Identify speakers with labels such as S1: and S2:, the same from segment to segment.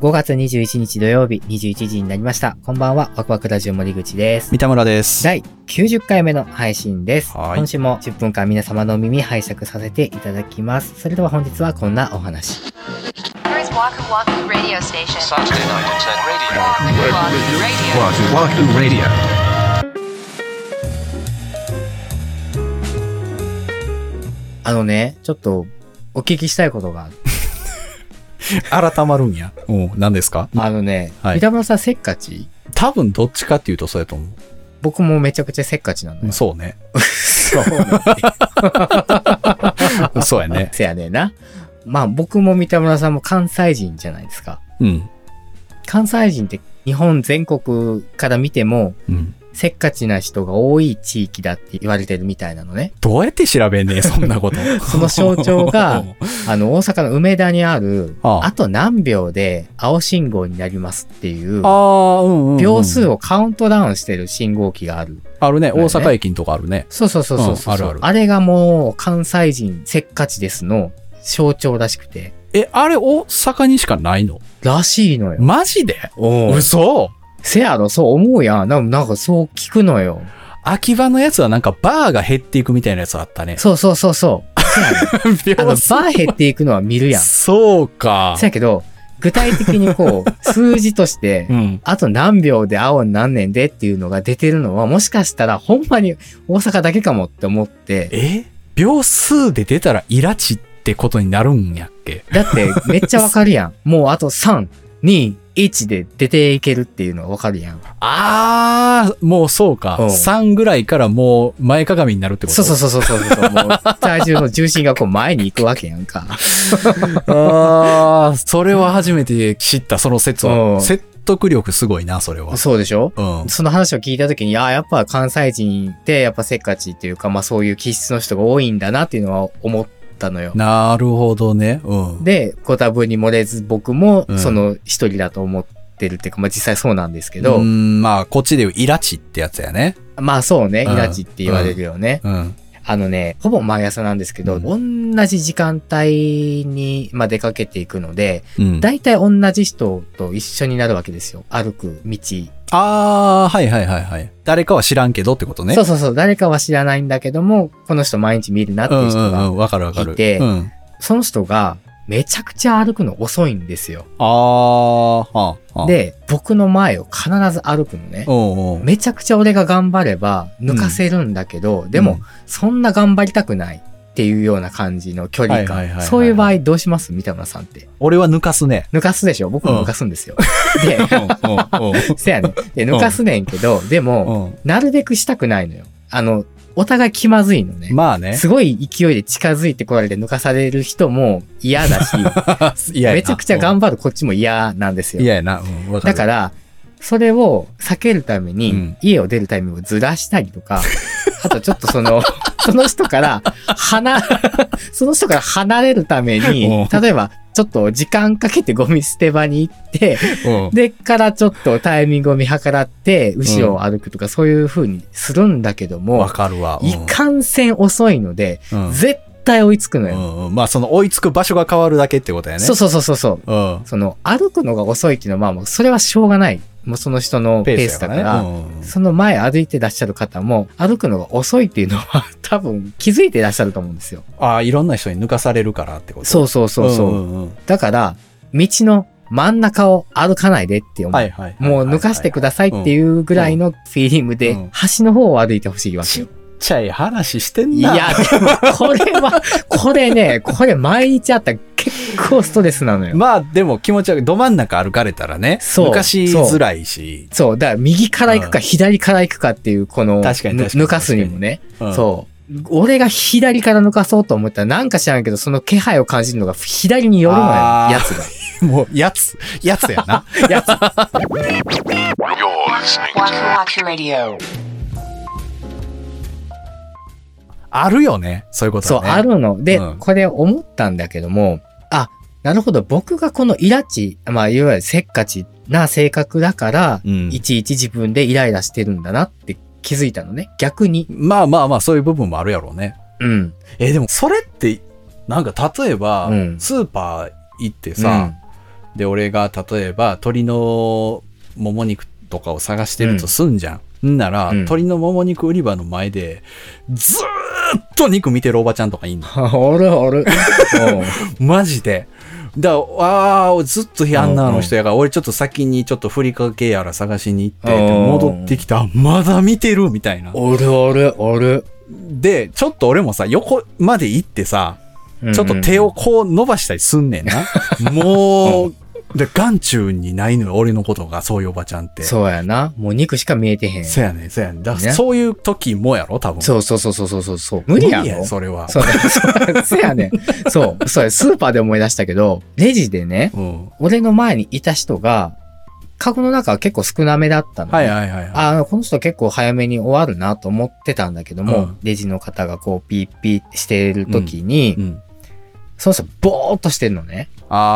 S1: 5月21日土曜日21時になりました。こんばんは、ワクワクラジオ森口です。
S2: 三田村です。
S1: 第90回目の配信です。
S2: はい
S1: 今週も10分間皆様のお耳拝借させていただきます。それでは本日はこんなお話。
S3: Here is Waku Waku Radio Station.
S4: Saturday night at radio.
S3: Waku Waku Radio.
S4: Wahoo Wahoo Radio.
S1: あのね、ちょっとお聞きしたいことがあって
S2: 改まるんや。うん、何ですか
S1: あのね、
S2: は
S1: 三
S2: い
S1: 田村さんせっかち
S2: 多分どっちかっていうとそうやと思
S1: 僕もめちゃくちゃせっかちなの
S2: う。
S1: よ。
S2: そうね。
S1: そう。
S2: そうやね。
S1: せやねんな。まあ僕も三田村さんも関西人じゃないですか。
S2: うん。
S1: 関西人って日本全国から見ても
S2: うん。
S1: せっかちな人が多い地域だって言われてるみたいなのね。
S2: どうやって調 べんねん、そんなこと。
S1: その象徴 があの大阪の梅田にある
S2: ああ
S1: あと何秒で青信号になりますっていう
S2: ああ、うんうん、うん。
S1: 秒数をカウントダウンしてる信号機がある。
S2: ある
S1: だ
S2: ね。
S1: よね
S2: 大阪駅のとこあるね。
S1: そうそうそうそうそう、
S2: うんあるある
S1: れがもう関西人せっかちですの象徴らしくて。
S2: え、あれ大阪にしかないの
S1: らしいのよ。
S2: マジで
S1: おう
S2: 嘘
S1: せやろ、そう思うやん。なんかなんかそう聞くのよ。
S2: 秋葉のやつはなんかバーが減っていくみたいなやつあった ね。
S1: そうそうそうそう。せやねんあの、バ
S2: 秒数
S1: ー減っていくのは見るやん。せ
S2: そうか。
S1: やけど、具体的にこう、 数字として
S2: う、ん。
S1: あと何秒で青になんねんでっていうのが出てるのは、もしかしたらほんまに大阪だけかもって思って、
S2: え秒数で出たらイラチってことになるんやっけ
S1: だってめっちゃわかるやん。もうあと3、2、1で出ていけるっていうのはわかるやん。
S2: あー、もうそうか。
S1: うん
S2: 3ぐらいからもう前かがみになるってこと
S1: そうそうそうそうそうそう。もう体重の重心がこう前に行くわけやんか。
S2: う。あー、それは初めて知った、その説
S1: うん
S2: は。説得力すごいな、それは。
S1: そうでしょ
S2: うん。
S1: その話を聞いた時に、ああ、やっぱ関西人ってやっぱせっかちっていうか、まあそういう気質の人が多いんだなっていうのは思ったのよ。
S2: なるほどね。うん。
S1: で、ご多分に漏れず僕も
S2: うん
S1: その一人だと思ってるっていうか、まあ実際そうなんですけ
S2: う
S1: ど、
S2: ん、まあ、こっちでいうイラチってやつやね。
S1: まあそうね、
S2: うん
S1: イラチって言われるよね。
S2: うん。
S1: あのね、ほぼ毎朝なんですけど、
S2: う
S1: 同じ時間帯に、まあ、出かけていくので、
S2: うん。
S1: 大体同じ人と一緒になるわけですよ。歩く道。
S2: あー、はいはいはいはい。誰かは知らんけどってことね。
S1: そううそうそう、誰かは知らないんだけども、この人毎日見るなって
S2: ん
S1: いうう人が、
S2: んうん。わかるわかる。
S1: いて
S2: うん。
S1: その人がめちゃくちゃ歩くの遅いんですよ。
S2: あー、はあ。はあ、
S1: で、僕の前を必ず歩くのね。
S2: おうおう
S1: めちゃくちゃ俺が頑張れば抜かせるんだけど、で
S2: う
S1: も
S2: ん、
S1: そんな頑張りたくないっていうような感じの距離
S2: はいはいはい
S1: 感。
S2: はい
S1: そういう場合どうします三田村さんって。
S2: 俺は抜かすね。
S1: 抜かすでしょ僕も抜かすんですよ。 で、
S2: うんうんうん
S1: せやねん。で、抜かすねんけど、で も、
S2: うん
S1: なるべくしたくないのよ。あの、お互い気まずいのね。
S2: まあね。
S1: すごい勢いで近づいてこられて抜かされる人も嫌だし、めちゃくちゃ
S2: 張
S1: 頑張るこっちも嫌なんですよ。
S2: 嫌やな。うん、わか
S1: だ
S2: る。、
S1: からら、それを避けるために、
S2: うん
S1: 家を出るタイミングをずらしたりと か、あとちょっとその、その人から、離、その人から離れるために、
S2: う
S1: 例えば、ちょっと時間かけてゴミ捨て場に行って、でからちょっとタイミングを見計らって、後ろを歩くとか、そういう風にするんだけど
S2: わ
S1: も、
S2: かるわ。うん
S1: いかんせん遅いので、
S2: うん
S1: 絶対追いつくのよ。
S2: うんうんまあ、その追いつく場所が変わるだけってことやね。
S1: そうそうそうそうそう。
S2: うん。
S1: その歩くのが遅いっていうのはまあもうそれはしょうがない。もうその人のペースだから、
S2: ねうん
S1: その前歩いてらっしゃる方も歩くのが遅いっていうのは 多分気づいてらっしゃると思うんですよ。
S2: ああ、いろんな人に抜かされるからってこと。
S1: そうそうそうそう。
S2: んうんうん
S1: だから、道の真ん中を歩かないでって思う。
S2: はいはいはい。
S1: もう抜かしてくださいっていうぐらいのフィーリングで、
S2: うん
S1: 端の方を歩いてほしいわけ
S2: ち
S1: よ
S2: っ。ちゃい話してん
S1: い
S2: な。
S1: や、でもこれは、 これね、これ毎日あったら結構ストレスなのよ。
S2: まあ、でも気持ち悪い。ど真ん中歩かれたらね。
S1: そう
S2: 抜かしづらいし。
S1: そう、だから右から行くか
S2: う
S1: 左から行くかっていう、この、
S2: 確かに
S1: ぬ
S2: 確かに
S1: 抜かすにもね。
S2: うん
S1: そう。俺が左から抜かそうと思ったら、なんか知らんけど、その気配を感じるのが左に寄るのよ、
S2: あー
S1: やつが。
S2: もう、やつ、やつやな。 やつ。
S4: You're listening
S3: Waku Waku Radio.
S2: あるよね。そういうこと
S1: そう、
S2: だね。
S1: あるの。で、
S2: うん
S1: これ思ったんだけども、あ、なるほど、僕がこのイラチ、まあ、いわゆるせっかちな性格だから、
S2: うん
S1: いちいち自分でイライラしてるんだなって気づいたのね。逆に。
S2: まあまあまあ、そういう部分もあるやろうね。
S1: うん。
S2: えーでもそれってなんか例えば、
S1: うん
S2: スーパー行ってさ、で、俺が例えば鶏のもも肉とかを探してるとすんじゃん。んなら、
S1: うん
S2: 鶏のもも肉売り場の前で、ずーっと肉見てるおばちゃんとかいんの。
S1: おるおる。
S2: マジで。だから、あーずっとあんなの人やから、俺ちょっと先にちょっとふりかけやら探しに行って、で
S1: うん
S2: 戻ってきた。あまだ見てるみたいな。
S1: おるおるおる。
S2: で、ちょっと俺もさ、横まで行ってさ、ちょっと手をこう伸ばしたりすんねんな。 もう、で、眼中にないのよ、俺のことが、そういうおばちゃんって。
S1: そうやな。もう肉しか見えてへん。
S2: そやねん、そやねん。だから
S1: ね
S2: そういう時もやろ、多分。
S1: そうそうそうそうそうそう。無理やろ。
S2: それは。
S1: そう そうそうやねん。そう。そうや。スーパーで思い出したけど、レジでね、
S2: うん。
S1: 俺の前にいた人が、カゴの中は結構少なめだったのね。
S2: はいはいはいはい。
S1: あこの人結構早めに終わるなと思ってたんだけども、
S2: うん
S1: レジの方がこうピーピーしてる時に、
S2: うん。
S1: その人ぼーっとしてんのね。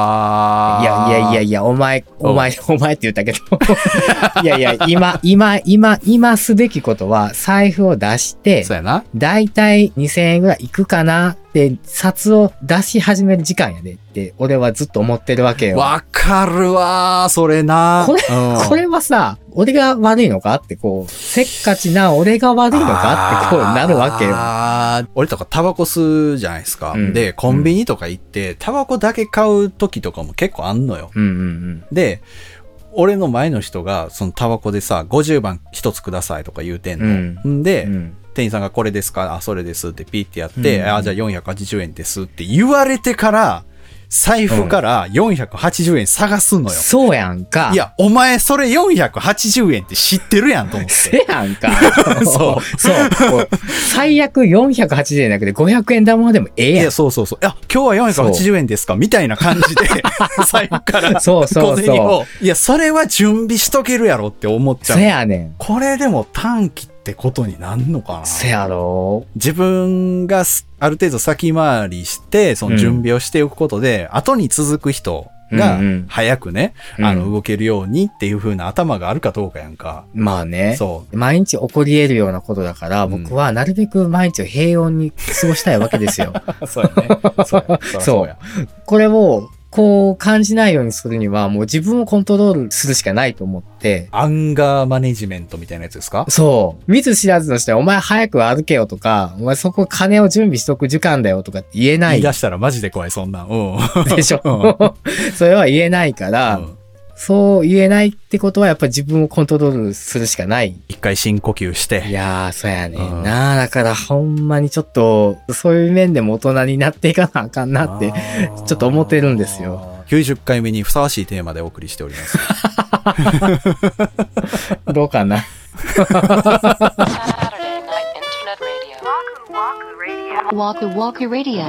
S2: あ
S1: いや
S2: ー。
S1: いやいやいや、お前、お前、お前って言ったけど。 いやいや、今、今、今、今すべきことは財布を出して、
S2: そうやな。
S1: だいたい2000円ぐらいいくかなって、札を出し始める時間やでって、俺はずっと思ってるわけよ。
S2: わかるわー、それな。
S1: これ
S2: うん
S1: これはさ、俺が悪いのかってこう、せっかちな俺が悪いのかってこうなるわけよ。
S2: あー俺とかタバコ吸うじゃないですか。
S1: うん
S2: で、コンビニとか行って、タバコだけ買う時とかも結構あんのよ。
S1: うんうん
S2: で、俺の前の人が、そのタバコでさ、50番一つくださいとか言うて
S1: うんん。
S2: の。ん
S1: う
S2: で、
S1: ん。
S2: 店員さんがこれですかあ、それですってピーってやっ
S1: う
S2: て、
S1: ん
S2: あ、じゃあ480円ですって言われてから、財布から480円探すのよ。
S1: そうやんか。
S2: い、や、お前それ480円って知ってるやんと思って。。
S1: せやんか。
S2: そう
S1: そう。こう最悪480円なくて500円玉でもええ
S2: い
S1: や
S2: や、
S1: ん。
S2: そうそうそう。いや、今日は480円ですかみたいな感 じで、財布から
S1: そうそうそう
S2: 小銭を。いや、それは準備しとけるやろって思っちゃ
S1: せ
S2: う。
S1: やねん。
S2: これでも短期ってことになんのかな
S1: せやろ。
S2: 自分がすある程度先回りして、その準備をしておくことで、後に続く人が
S1: うんうん
S2: 早くね、
S1: うん
S2: あの、動けるようにっていう風な頭があるかどうかやんか。
S1: まあね。
S2: そ
S1: 毎日起こり得るようなことだから、
S2: うん
S1: 僕はなるべく毎日を平穏に過ごしたいわけです よ。
S2: う。そうやね。 そうや。
S1: そう
S2: や。
S1: これを、こう感じないようにするには、もう自分をコントロールするしかないと思って、
S2: アンガーマネジメントみたいなやつですか
S1: そう。見ず知らずの人は、お前早く歩けよとか、お前そこ金を準備しとく時間だよとかって言えな
S2: 言い
S1: い
S2: 出したらマジで怖い、そんなん。うん。
S1: でしょ。 それは言えないから、
S2: うん
S1: そう言えないってことはやっぱ自分をコントロールするしかない。
S2: 一回深呼吸し
S1: い
S2: て。
S1: やー、そうやねんな。だからほんまにちょっと、そういう面でも大人になっていかなあかんなって。ちょっと思ってるんですよ。
S2: 90回目にふさわしいテーマでお送りしており ます。
S1: どうかな。
S3: Saturday night internet radio. Waku Waku Radio. Waku Waku Radio.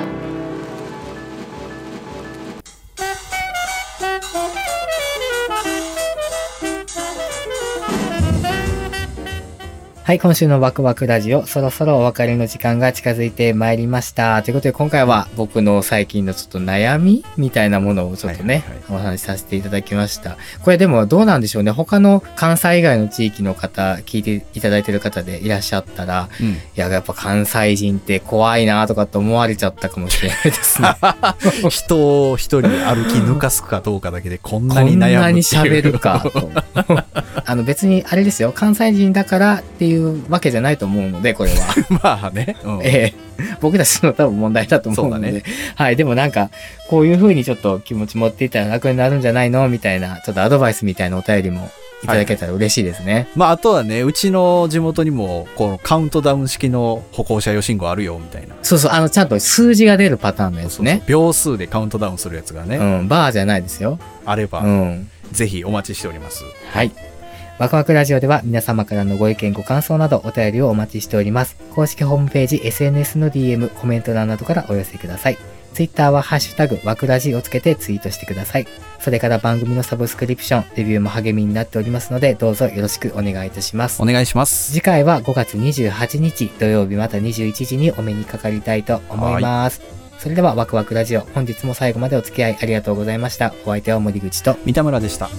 S1: はい、今週のワクワクラジオ、そろそろお別れの時間が近づいてまいりました。ということで、今回は僕の最近のちょっと悩みみたいなものをちょっとね、
S2: はいはい
S1: お話しさせていただきました。これでもどうなんでしょうね。他の関西以外の地域の方、聞いていただいてる方でいらっしゃったら、
S2: うん
S1: いや、やっぱ関西人って怖いなとかって思われちゃったかもしれないですね。
S2: 人を一人歩き抜かすかどうかだけでこん
S1: こ
S2: なに
S1: ん
S2: 悩むっていう。
S1: なに喋るかと。 あの別にあれですよ、関西人だからっていうわけじゃないと思うので、これは。
S2: まあね。うん
S1: ええ、僕たちの多分問題だと思うので
S2: そうだ
S1: はい、でもなんか、こういう風にちょっと気持ち持っていったら楽になるんじゃないのみたいな、ちょっとアドバイスみたいなお便りもいただけたら嬉しいですね。
S2: まああとはね、うちの地元にも、このカウントダウン式の歩行者用信号あるよ、みたいな。
S1: そうそう、あの、ちゃんと数字が出るパターンのやつ
S2: そうそう
S1: ね。
S2: 秒数でカウントダウンするやつがね、
S1: うん、バーじゃないですよ。
S2: あれ
S1: う
S2: ば、
S1: ん。
S2: ぜひお待ちしております。
S1: はい。ワクワクラジオでは皆様からのご意見、ご感想などお便りをお待ちしております。公式ホームページ、SNS の DM、コメント欄などからお寄せください。Twitter はハッシュタグ、ワクラジをつけてツイートしてください。それから番組のサブスクリプション、レビューも励みになっておりますので、どうぞよろしくお願いいたします
S2: お。願いします。
S1: 次回は5月28日土曜日また21時にお目にかかりたいと思います。それではワクワクラジオ、本日も最後までお付き合いありがとうございました。お相手は森口と
S2: 三田村でした。